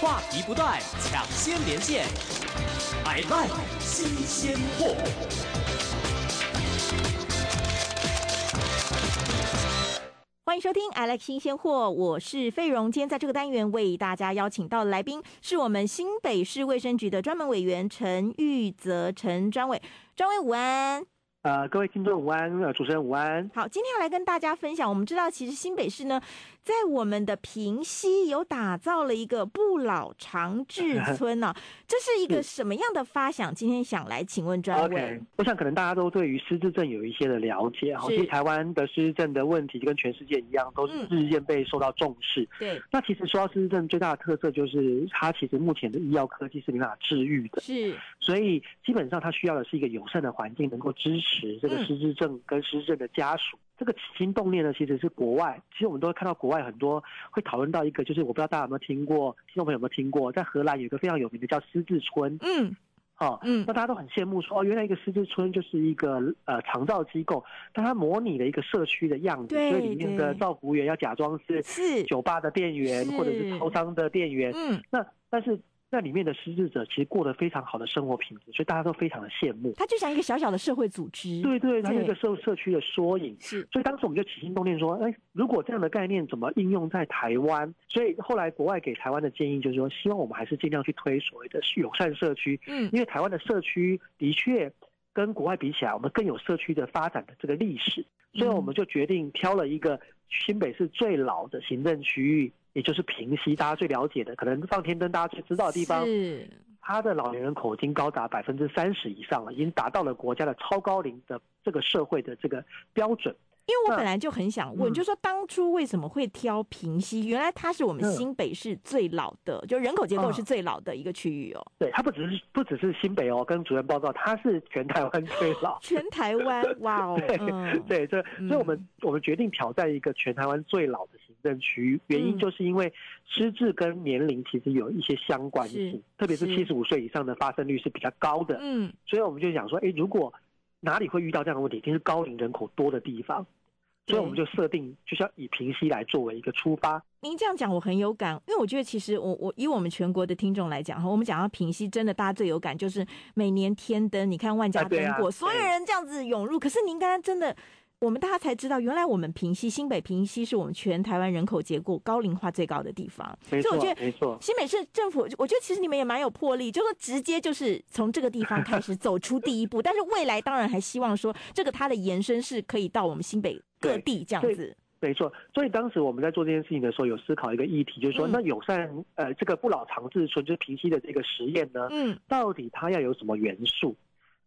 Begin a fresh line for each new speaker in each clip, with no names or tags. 话题不断，抢先连线，I like 新鲜货。
欢迎收听《I Like 新鲜货》，我是费荣。今天在这个单元为大家邀请到的来宾是我们新北市卫生局的专门委员陈玉泽陈专委，专委午安。
呃，各位听众午安，呃，主持人午安。
好，今天要来跟大家分享，我们知道其实新北市呢，在我们的平溪有打造了一个不老长治村 呢、这是一个什么样的发想？今天想来请问专委。
OK，我想可能大家都对于失智症有一些的了解哈。
是嗯
其实台湾的失智症的问题跟全世界一样，都是日渐被受到重视。
对，
那其实说到失智症最大的特色就是，它其实目前的医药科技是没办法治愈的，
是
所以基本上它需要的是一个友善的环境，能够支持这个
嗯
失智症跟失智症的家属。这个起心动念呢，其实是国外，其实我们都会看到国外很多会讨论到一个，就是我不知道大家有没有听过，听众朋友有没有听过，在荷兰有一个非常有名的叫失智村，
嗯
哦，
嗯
那大家都很羡慕说，哦，原来一个失智村就是一个呃长照机构，但它模拟了一个社区的样子，
对
所以里面的
对
照顾员要假装是
是
酒吧的店员
是
或者是超商的店员，
嗯，
那但是那里面的失智者其实过得非常好的生活品质，所以大家都非常的羡慕。
它就像一个小小的社会组织。
对对，它是一
对
个社社区的缩影。
是
所以当时我们就起心动念说，哎，如果这样的概念怎么应用在台湾？所以后来国外给台湾的建议就是说，希望我们还是尽量去推所谓的友善社区，
嗯
因为台湾的社区的确跟国外比起来，我们更有社区的发展的这个历史，所以我
嗯
们就决定挑了一个新北市最老的行政区域，也就是平溪，大家最了解的，可能放天灯大家最知道的地方，
是
它的老年人口已经高达百分之三十以上了，已经达到了国家的超高龄的这个社会的这个标准。
因为我
那
本来就很想问，
嗯
就说当初为什么会挑平溪？原来它是我们
嗯
新北市最老的，就人口结构
嗯
是最老的一个区 域哦，。
对，它不只是不只是新北哦，跟主任报告，它是全台湾最老
全台 湾，哇哦，嗯，
对，这
嗯
所以我们我们决定挑战一个全台湾最老的行政区域，原
嗯
因就是因为失智跟年龄其实有一些相关
是
性，特别是
是
七十五岁以上的发生率是比较高的，
嗯，
所以我们就想说，诶，如果哪里会遇到这样的问题，一定是高龄人口多的地方，所以我们就设定就是要以平息来作为一个出发。
您这样讲我很有感，因为我觉得其实我我以我们全国的听众来讲哈，我们讲到平息，真的大家最有感就是每年天灯，你看万家
啊
灯
对啊
火，所有
对
人这样子涌入，可是您刚刚真的。我们大家才知道，原来我们平西新北平西是我们全台湾人口结构高龄化最高的地方，所
没
以我
错
觉，得
没错。
新北市政府，我觉得其实你们也蛮有魄力，就说直接就是从这个地 方开始走出第一步，但是未来当然还希望说这个它的延伸是可以到我们新北各
对
地这样
对
子。
没错，所以当时我们在做这件事情的时候，有思考一个议题，就是说，
嗯
那友善呃这个不老长治村就是平息的这个实验呢，
嗯，
到底它要有什么元素？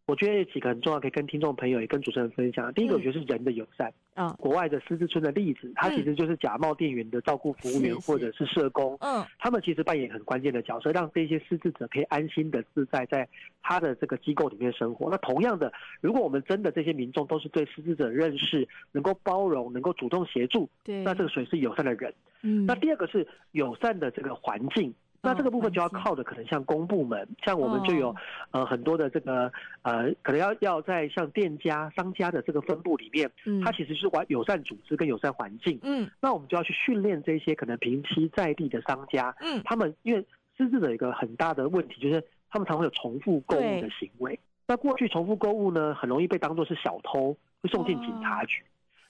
我觉得有几个很重要，可以跟听众朋友也跟主持人分享。第一个，
嗯
我觉得是人的友善。
啊
国外的狮子村的例子，它其实就是假冒店员的照顾服务员
嗯是是
或者是社工，
嗯，
他们其实扮演很关键的角色，让这些失智者可以安心的自在在他的这个机构里面生活。那同样的，如果我们真的这些民众都是对失智者认识，能够包容，能够主动协助，
对。
那这个属于是友善的人。
嗯，哦
那第二个是友善的这个环境。那这个部分就要靠的可能像公部门，像我们就有
哦
呃很多的这个呃，可能要要在像店家、商家的这个分布里面，
嗯
它其实是玩友善组织跟友善环境。
嗯
那我们就要去训练这些可能平息在地的商家，
嗯
他们因为失智者有一个很大的问题，就是他们常会有重复购物
对
的行为。那过去重复购物呢，很容易被当作是小偷，会送进警察
哦
局。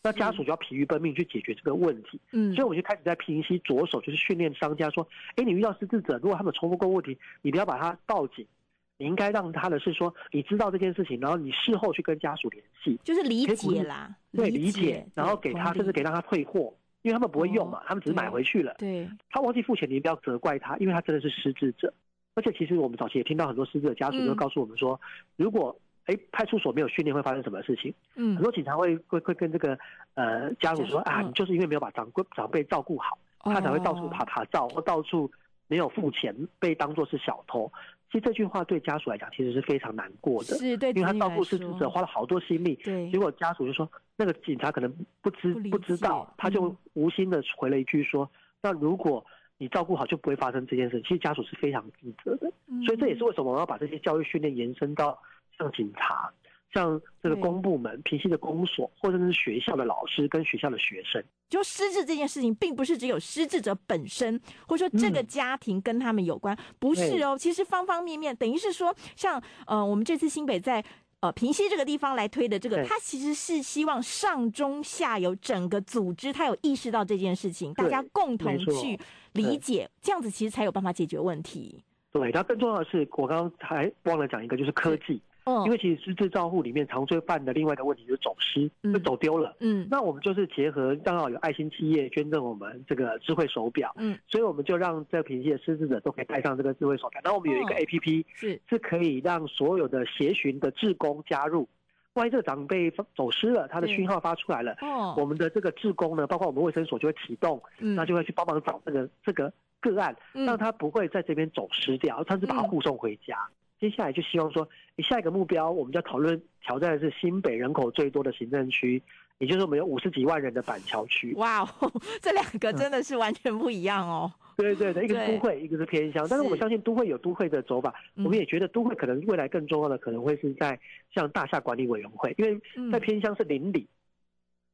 那家属就要疲于奔命去解决这个问题，
嗯，
所以我就开始在平息着手，就是训练商家说：，哎，你遇到失智者，如果他们有重复购物问题，你不要把他报警，你应该让他的是说，你知道这件事情，然后你事后去跟家属联系，
就是理
可以鼓
解
励
啦，
对，
理
理解，然后给他，甚至给
他
让他退货，因为他们不会用嘛，他们只是买回去了。
哦对
他忘记付钱，你不要责怪他，因为他真的是失智者。而且其实我们早期也听到很多失智的家属
嗯
就会告诉我们说，如果哎派出所没有训练会发生什么事情？
嗯
很多警察会会会跟这个呃家属说
家属
啊，
嗯
你就是因为没有把长辈长辈照顾好，他才会到
哦
处爬爬照或到处没有付钱，被当作是小偷。其实这句话对家属来讲其实是非常难过的，
是对子
因为
女来说，
他照顾失智者花了好多心力，
对
结果家属就说，那个警察可能不知
不理
不知道
解，
他就
嗯
无心的回了一句说，那如果你照顾好，就不会发生这件事。其实家属
嗯
是非常自责的，所以这也是为什么我们要把这些教育训练延伸到像警察、像这个
对
公部门、平西的公所，或者是学校的老师跟学校的学生。
就失智这件事情，并不是只有失智者本身，或者说这个
嗯
家庭跟他们有关，不是哦。其实方方面面，等于是说，像呃，我们这次新北在。呃，平西这个地方来推的这个，
对
它其实是希望上中下游整个组织，它有意识到这件事情，大
对
家共同
没错
去理
对
解，这样子其实才有办法解决问题。
对，那更重要的是，我刚刚还忘了讲一个，就是科技，
嗯，
因为其实失智照护里面常最犯的另外一个问题就是走失，
嗯
就走丢了。
嗯
那我们就是结合刚好有爱心企业捐赠我们这个智慧手表，
嗯，
所以我们就让这贫血失智者都可以戴上这个智慧手表。那我们有一个
哦
A P P
是
是可以让所有的协寻的志工加入，万一这个长辈走失了，他的
对
讯号发出来了，
哦，
我们的这个志工呢，包括我们卫生所就会启动，
嗯
那就会去帮忙找这个这个个案，让
嗯
他不会在这边走失掉，甚至把他
嗯
护送回家。接下来就希望说，诶下一个目标我们就要讨论挑战的是新北人口最多的行政区，也就是我们有五十几万人的板桥区。
哇哦， 这两个真的是完全不一样哦。
对对对，一个是
对
都会，一个是偏乡。但是我
是
相信都会有都会的走法，
嗯
我们也觉得都会可能未来更重要的可能会是在像大厦管理委员会，因为
嗯
在偏乡是邻里，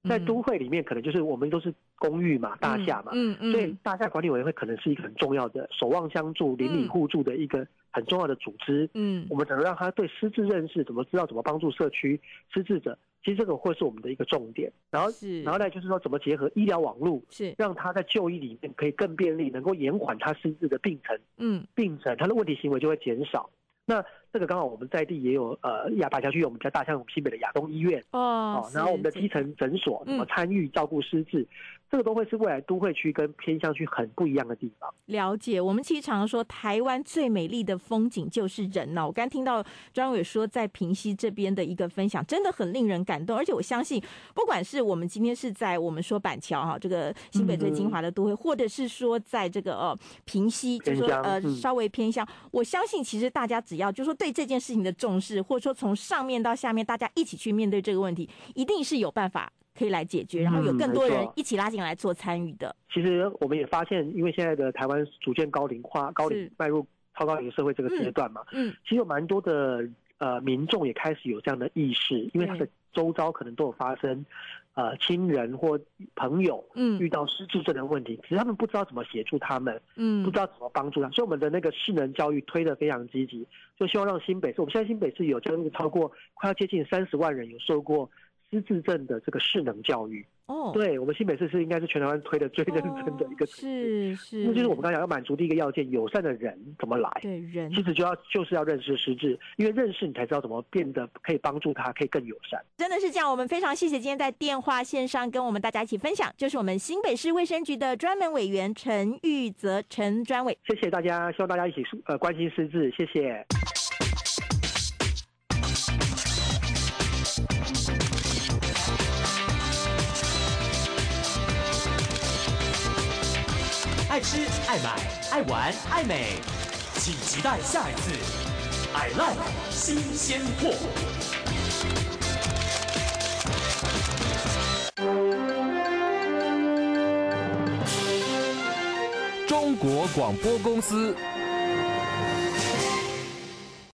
在都会里面可能就是我们都是公寓嘛，大厦嘛，
嗯嗯，
所以大厦管理委员会可能是一个很重要的守望相助、邻里
嗯
互助的一个很重要的组织。
嗯
我们怎么让他对失智认识，怎么知道怎么帮助社区失智者，其实这个会是我们的一个重点。然后，
是，
然后再就是说怎么结合医疗网络，
是
让他在就医里面可以更便利，能够延缓他失智的病程，
嗯
病程他的问题行为就会减少。那这个刚好我们在地也有呃亚板桥区有我们家大象新北的亚东医院
哦，
然后我们的
是
基层诊所
嗯
怎么参与照顾失智，这个都会是未来都会区跟偏向区很不一样的地方。
了解，我们其实常说台湾最美丽的风景就是人哦呐、我刚听到庄伟说在平西这边的一个分享，真的很令人感动。而且我相信，不管是我们今天是在我们说板桥哈、这个新北最精华的都会，或者是说在这个呃平西，就
嗯偏
说
乡
呃
嗯
稍微偏乡，我相信其实大家只要就说对这件事情的重视，或者说从上面到下面大家一起去面对这个问题，一定是有办法可以来解决，然后有
嗯
更
没
多
错
人一起拉进来做参与的。
其实我们也发现，因为现在的台湾逐渐高龄化，高龄
是
迈入超高龄社会这个阶段嘛，
嗯，
其实有蛮多的呃民众也开始有这样的意识，因为他的周遭可能都有发生呃亲人或朋友
嗯
遇到失智症的问题，只是他们不知道怎么协助他们，
嗯，
不知道怎么帮助他，所以我们的那个势能教育推得非常积极，就希望让新北市，我们现在新北市有将近超过快要接近三十万人有受过。失智症的这个势能教育，
哦，
对我们新北市是应该是全台湾推的最认真的一个
哦
城
是
市。
是，
那就是我们刚才讲要满足第一个要件，友善的人怎么来？
对人
其实就要就是要认识失智，因为认识你才知道怎么变得可以帮助他，可以更友善。
真的是这样。我们非常谢谢今天在电话线上跟我们大家一起分享，就是我们新北市卫生局的专门委员陈玉泽陈专委。
谢谢大家，希望大家一起呃关心失智，谢谢。
爱吃、爱买、爱玩、爱美，请期待下一次，I like 新鲜货。
中国广播公司。